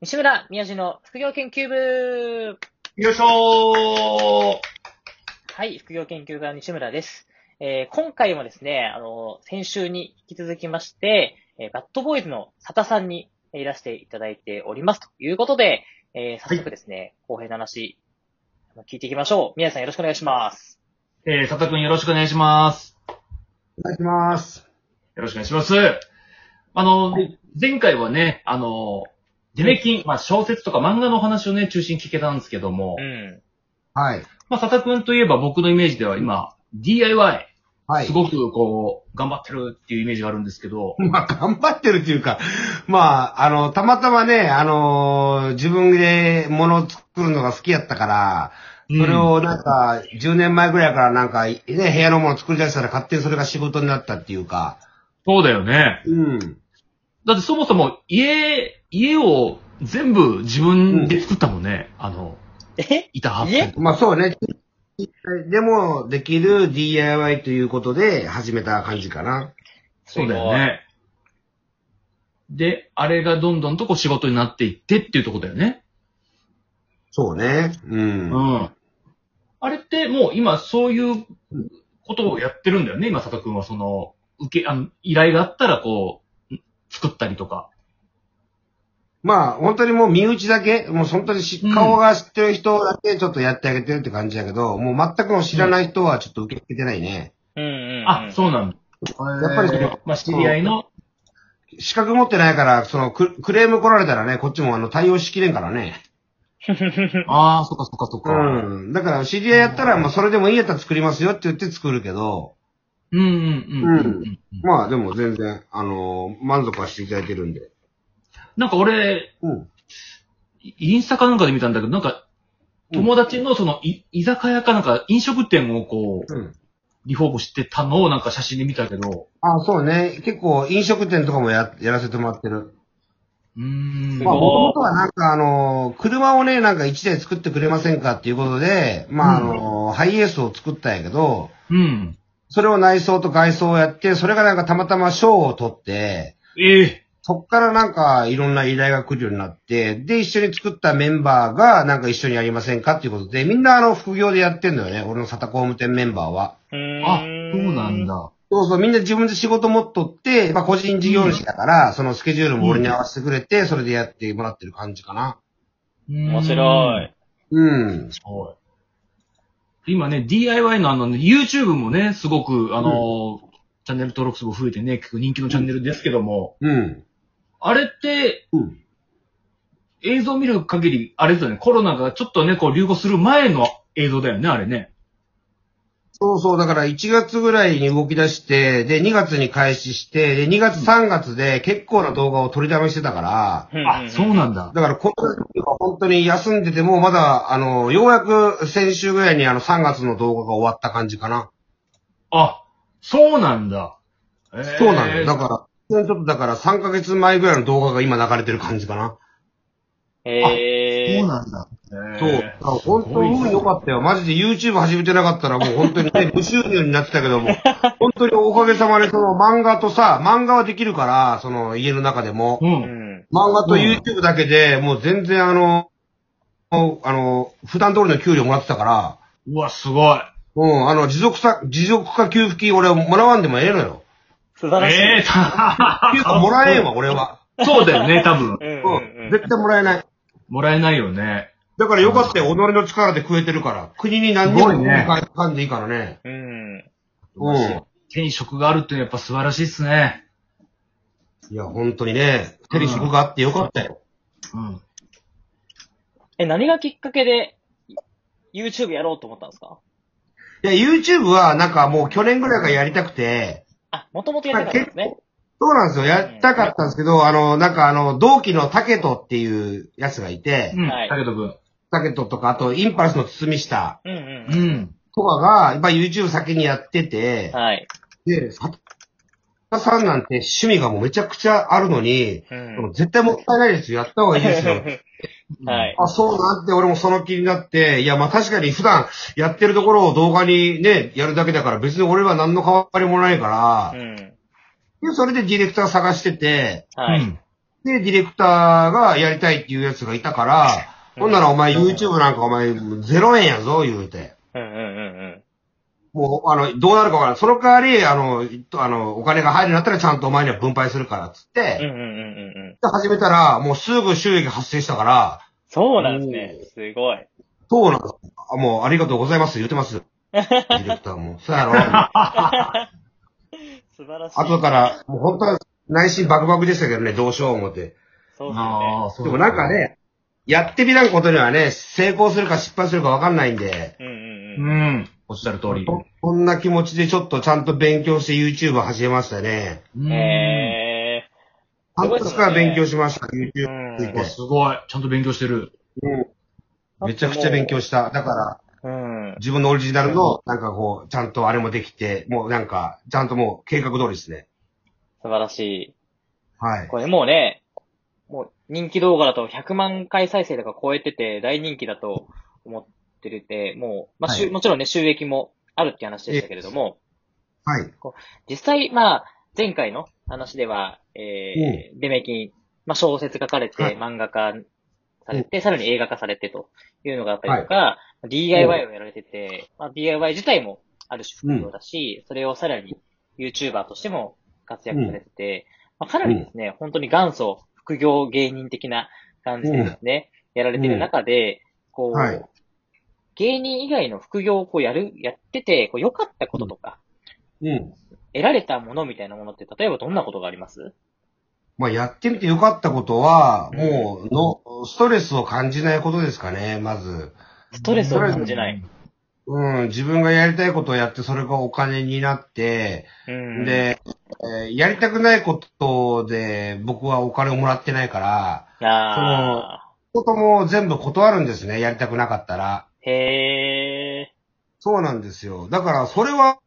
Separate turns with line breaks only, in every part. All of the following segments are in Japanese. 西村宮治の副業研究部
よいしょ
はい、副業研究家の西村です。えー今回もですね、あの、先週に引き続きまして、えーバッドボーイズの佐田さんにえーいらしていただいております。ということで、えー早速ですね、公平な話、あの聞いていきましょう。宮治さんよろしくお願いします。
ーえー、佐藤くんよろしくお願いします。
お願いします。
よろしくお願いします。あの、
はい
前回はね、あの、デメキン、まあ、小説とか漫画のお話をね、中心に聞けたんですけども、
うん。
はい。
まあ、佐田くんといえば僕のイメージでは今、DIY、
はい。
すごくこう、頑張ってるっていうイメージがあるんですけど、
まあ、頑張ってるっていうか、まあ、あの、たまたまね、あのー自分で物を作るのが好きやったから、それをなんか、10年前ぐらいからなんか、ね、部屋のものを作り出したら勝手にそれが仕事になったっていうか、
そうだよね。
うん。
だってそもそも家、家を全部自分で作ったもんね。あの、
え
板張っ
家
て。
まあそうね。でも、できる DIY ということで始めた感じかな。
そうだよ。ね。で、あれがどんどんとこう仕事になっていってっていうとこだよね。
そうね。うん。
ん。あれってもう今そういうことをやってるんだよね。今、佐藤くんはその、受け、あの、依頼があったらこう、作ったりとか。
まあ、本当にもう身内だけ、もう本当にし
うん
顔が知ってる人だけちょっとやってあげてるって感じだけど、もう全くもう知らない人はちょっと受け付けてないね。
うんうん、うん。
あ、そうなんだ。
やっぱりその
えーまあ、知り合いの、
資格持ってないから、そのククレーム来られたらね、こっちもあの対応しきれんからね。
ああ、そっかそっかそっ
う
か。うん
ん。だから知り合いやったら、まあそれでもいいやったら作りますよって言って作るけど、
うんうんうんう。
うんまあでも全然、あのー満足はしていただいてるんで。
なんか俺、
うん。
インスタかなんかで見たんだけど、なんか、友達のその、い居酒屋かなんか飲食店をこう、
うん。
リフォームしてたのをなんか写真で見たけど、
あ、そうね。結構飲食店とかもや、やらせてもらってる。
うーん。
まあ、
すご
も
い
ともとはなんかあの、車をね、なんか1台作ってくれませんかっていうことで、まああの、ハイエースを作ったんやけど、
うん。
それを内装と外装をやって、それがなんかたまたま賞を取って、
ええ
そっからなんかいろんな依頼が来るようになって、で、一緒に作ったメンバーがなんか一緒にやりませんかっていうことで、みんなあの、副業でやってんだよね、俺のサタ公務店メンバーは。
うーん。
あ、そうなん。だ。
そうそう、みんな自分で仕事持っとって、まあ個人事業主だから、そのスケジュールも俺に合わせてくれて、それでやってもらってる感じかな。
面
面白い。。
うん。
今ね、DIY のあの、ね、YouTube もね、すごく、あの、チャンネル登録数も増えてね、結構人気のチャンネルですけども、
うん。
あれって、
うん。
映像を見る限り、あれですよね、コロナがちょっとね、こう流行する前の映像だよね、あれね。
そうそう、だから1月ぐらいに動き出して、で、2月に開始して、で、2月3月で結構な動画を撮りだめしてたから、
うん
あ、そうなんだ。
だからこの時は本当に休んでても、まだ、あの、ようやく先週ぐらいにあの3月の動画が終わった感じかな。
あ、そうなんだ。えー
そうなんだよ。だから、ちょっとだから3ヶ月前ぐらいの動画が今流れてる感じかな。
えー。
そうなんだ。
そう。だから本当に運良かったよ。マジで YouTube 始めてなかったらもう本当に ね、無収入になってたけども、本当におかげさまでその漫画とさ、漫画はできるから、その家の中でも。
う。
うんん。
漫画と YouTube だけで、もう全然あの、もうあの、普段通りの給料もらってたから、
うわ、すごい。
うん、あの、持続さ、持続化給付金俺もらわんでもええのよ。
素晴らしい。
ええ
っていうか、もらえんわ、俺は。
そうだよね、多
う
分。
ん
う
うんうん
ん、絶対もらえない。
もらえないよね。
だからよかったよ、己の力で食えてるから。国に何にも
すごいね
返さんでいいからね。
うん。
うん。
転職があるってやっぱ素晴らしいっすね。
いや、本当にね、テレ職があってよかったよ。
うん。
え、何がきっかけで、YouTube やろうと思ったんですか
いや、YouTube はなんかもう去年ぐらいからやりたくて、
あ、もともとやってたんですね。
そうなんですよ。やったかったんですけど、あの、なんかあの、同期のタケトっていうやつがいて、
うん。
はい
だけどくん。
タケトとか、あと、インパルスの堤下
うん
う。
うん
とかが、やっぱ YouTube 先にやってて
ん。、はい。
で、さ田さんなんて趣味がもうめちゃくちゃあるのに、
うん。
絶対もったいないですよ。やった方がいいで すよ。
はい。
あ、そうなんて俺もその気になって、いや、まあ確かに普段やってるところを動画にね、やるだけだから別に俺は何の変わりもないか
う
ら、
ん。
でそれでディレクター探してて、
は
う
い。
ん。
で、ディレクターがやりたいっていうやつがいたから、
うん
ほんならお前 YouTube なんかお前0円やぞ、言うて。
うんうんうんうん。
もう、あの、どうなるかわからん。その代わり、あの、いあの、お金が入るようになったらちゃんとお前には分配するから、つっ
うん
て、
うんうんうんうん。
で始めたら、もうすぐ収益発生したから、
そうなんですね。すごい。
そうなんだ。あもう、ありがとうございます、言ってます。ディレクターも。そうやろ。
素晴らしい。
後から、もう本当は内心バクバクでしたけどね、どうしよう思って。
そうですよね。
あ、そ
でもなんか。ね、やってみらんことにはね、成功するか失敗するかわかんないんで、
うんうん
う
うん。
ん。おっしゃる通り。
ここんな気持ちでちょっとちゃんと勉強して YouTube 始めましたね。
うん
え
半年から勉強しました、YouTube につ
ー
いう
わ
て。
すごい。ちゃんと勉強してる。
うん。
めちゃくちゃ勉強
し
した。だか
う
ら、
ん。
自分のオリジナルの、なんかこう、ちゃんとあれもできて、もうなんか、ちゃんともう計画通りですね。
素晴らしい。
はい。
これもうね、もう人気動画だと100万回再生とか超えてて大人気だと思ってるて、もう、まあ、しゅ
はい
もちろんね、収益もあるって話でしたけれども、
はい。
実際、まあ、前回の話では、えー、デメキン、まあ、小説書かれ
はい
て、漫画化されて、さらに映画化されてというのがあったりとか、DIY をやられてて、まあ、DIY 自体もある種副業だし、それをさらに YouTuber としても活躍されてて、まあ、かなりですね、本当に元祖副業芸人的な感じでですね、やられてる中で、こう、
はい
芸人以外の副業をこうやる、やってて、こう良かったこととか、
うん。
得られたものみたいなものって、例えばどんなことがあります
まあ、やってみてよかったことは、
うん
もう、の、ストレスを感じないことですかね、まず。
ストレスを感じない。
うん、自分がやりたいことをやって、それがお金になって、
うん。、
で、えーやりたくないことで、僕はお金をもらってないから、
ああ、
ことも全部断るんですね、やりたくなかったら。
へえ、
そうなんですよ。だから、それは、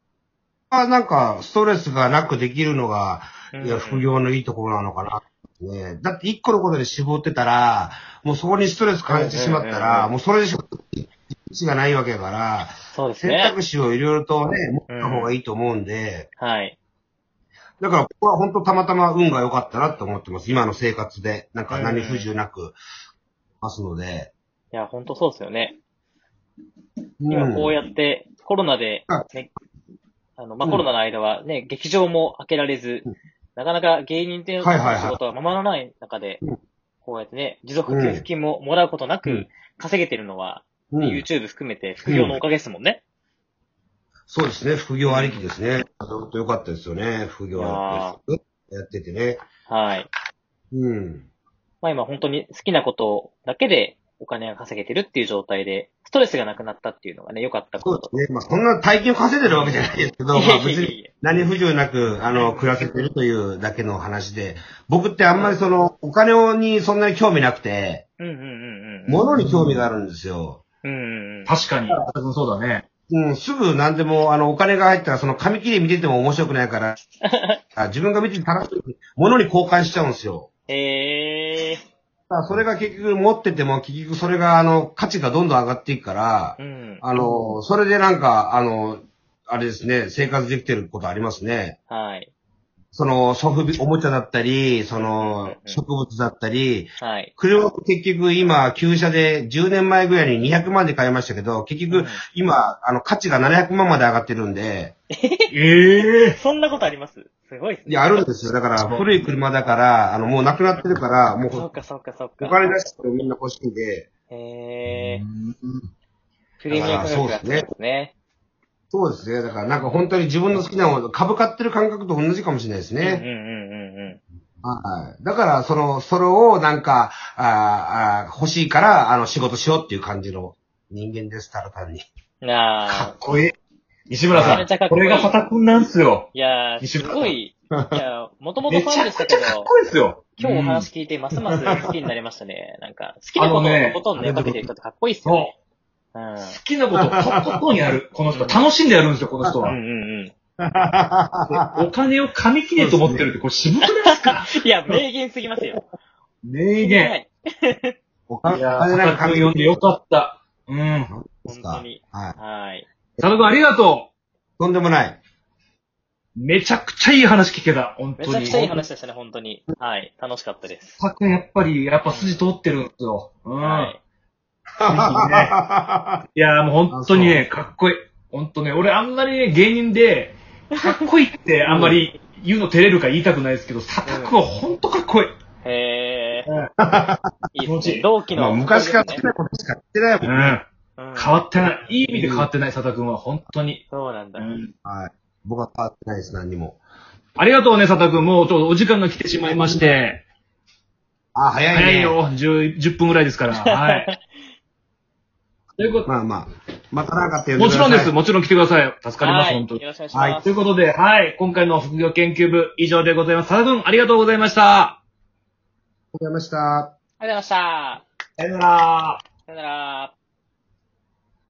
あなんか、ストレスがなくできるのが、
うん
いや、副業のいいところなのかな。ね、だって、一個のことで絞ってたら、もうそこにストレス感じてしまった
うんうんうんう
ら、
ん
もうそれでしか、しがないわけだから、
そうです
選
ね。
択肢をいろいろとね、持った方がいいと思うんで、
はい。
だから、ここは本当たまたま運が良かったなって思ってます。今の生活で、なんか何不自由なく、ますので。
いや、本当そうですよね。
うん
今こうやって、コロナで、ね、あの、まあ、
うん
コロナの間はね、劇場も開けられず、なかなか芸人っていう仕
はいはいはい
事はままならない中で
うん、
こうやってね、持続化給付金ももらうことな
う
く
ん
稼げてるのは、
うん
YouTube 含めて副業のおかげですもんね。
そうですね、副業ありきですね。本当良かったですよね、副業やってやっててね。
はい。
うん。
まあ今本当に好きなことだけでお金が稼げてるっていう状態で、ストレスがなくなったっていうのがね、良かった
そ
こ
う
と。
ですね。まあ、そんな大金を稼いでるわけじゃな いですけど、ま
いや
あ、
いや
別
いや
に
いや
何不自由なく、あの、暮らせてるというだけの話で、僕ってあんまりその、お金にそんなに興味なくて、
うんうんうんうん。
物に興味があるんですよ。
うんうんうん。
確かに。多分そうだね。
うん、すぐ何でも、あの、お金が入ったら、その紙切れ見てても面白くな いから、あ自分が見てて楽しい、物に交換しちゃうんですよ。
えー。
だからそれが結局持ってても、結局それが、あの、価値がどんどん上がっていくから
う、ん。
あの、それでなんか、あの、あれですね、生活できてることありますね。
はい。
その、ソフビ、おもちゃだったり、そ
うんうんう
の
ん、
植物だったり、
はい。
車を結局今、旧車で10年前ぐらいに200万で買いましたけど、結
うん
局今、あの、価値が700万まで上がってるんで、
ええ
そんなことありますすごいっすね。
いや、あるんですよ。だから、古い車だから、あの、もうなくなってるから、も
そっ
う、
かそっかそっか。
お金出してもみんな欲しいんで、
えー。プレミア価
だから
格がそ
そうっす
う
ね
ですね。
そうですね。だから、なんか本当に自分の好きなもの、株買ってる感覚と同じかもしれないです
うんうん
ね。
うんうんう
はい。だから、その、それをなんか、あーあー欲しいから、あの、仕事しようっていう感じの人間です、ただ単に。
ん。なあ。
っこいい。西村
めちゃめち
さ
ゃかっ
ん、
こ
こ
いい
れが畑くんなんすよ。
いやー、
西
す
村さん
ごい。いや、もともと
め
フ
ち
ァン
ゃ
で
く
した
ち
け
ゃ かっ
ど、
こいいですよ。
今日お
うん
話聞いて、ますます好きになりました ね。なんか、好きなこと
あのね
をとことんね、かけていくとかっこいいっすよね。うん。
好きなことをとことんやる。この人。楽しんでやるんですよ、この人
う
は。
んうんうん。
お金を紙切れと思ってるって、これ渋くないですか
いや、名言すぎますよ。
名
は
言。
い。
お
いやー、
なん
畑くん呼んでよかった。うん。
で
本
すか
当に。
はい。
はい。
佐藤くんありがとう。
とんでもない。
めちゃくちゃいい話聞けた、本
めち
当に。
ゃくちゃいい話でしたね、本当に。はい。楽しかったです。
作やっぱり、やっぱ筋通ってるんですよ。うん。
はい。
い、やーもう本当にね、かっこいい。本当ね、俺あんまりね、芸人で、かっこいいってあんまり言うの照れるから言いたくないですけど、サタクは本当かっこいい。
へ
う
ー。
ん
いいで
気持
す
ちい
ね。
い
同期
まあ、
の。
昔から好
ね
き。なことしか言ってないも。
うんん。
ね
変
うん
わってない。いい意味で変わってない、サタ君は、本当に。
そうなんだ。
うん。
はい。僕は変わってないです、何にも。
ありがとうね、サタ君。もうちょうどお時間が来てしまいまして。
あ、早いね。
早い。よ。10, 10分ぐらいで すから。はい。ということ
まあまあ。またなんかって呼ん
もちろんで
くださ
す。
い
もちろん来てください。助かりま
は
す、
い
本当に
よ。ろしくお願いし
は
ま
い
す
とい。うことで、はい。今回の副業研究部以上でございます。佐田君、ありがとうございました。
ありがとうございました。
ありがとうございました。
さよなら。
さよなら。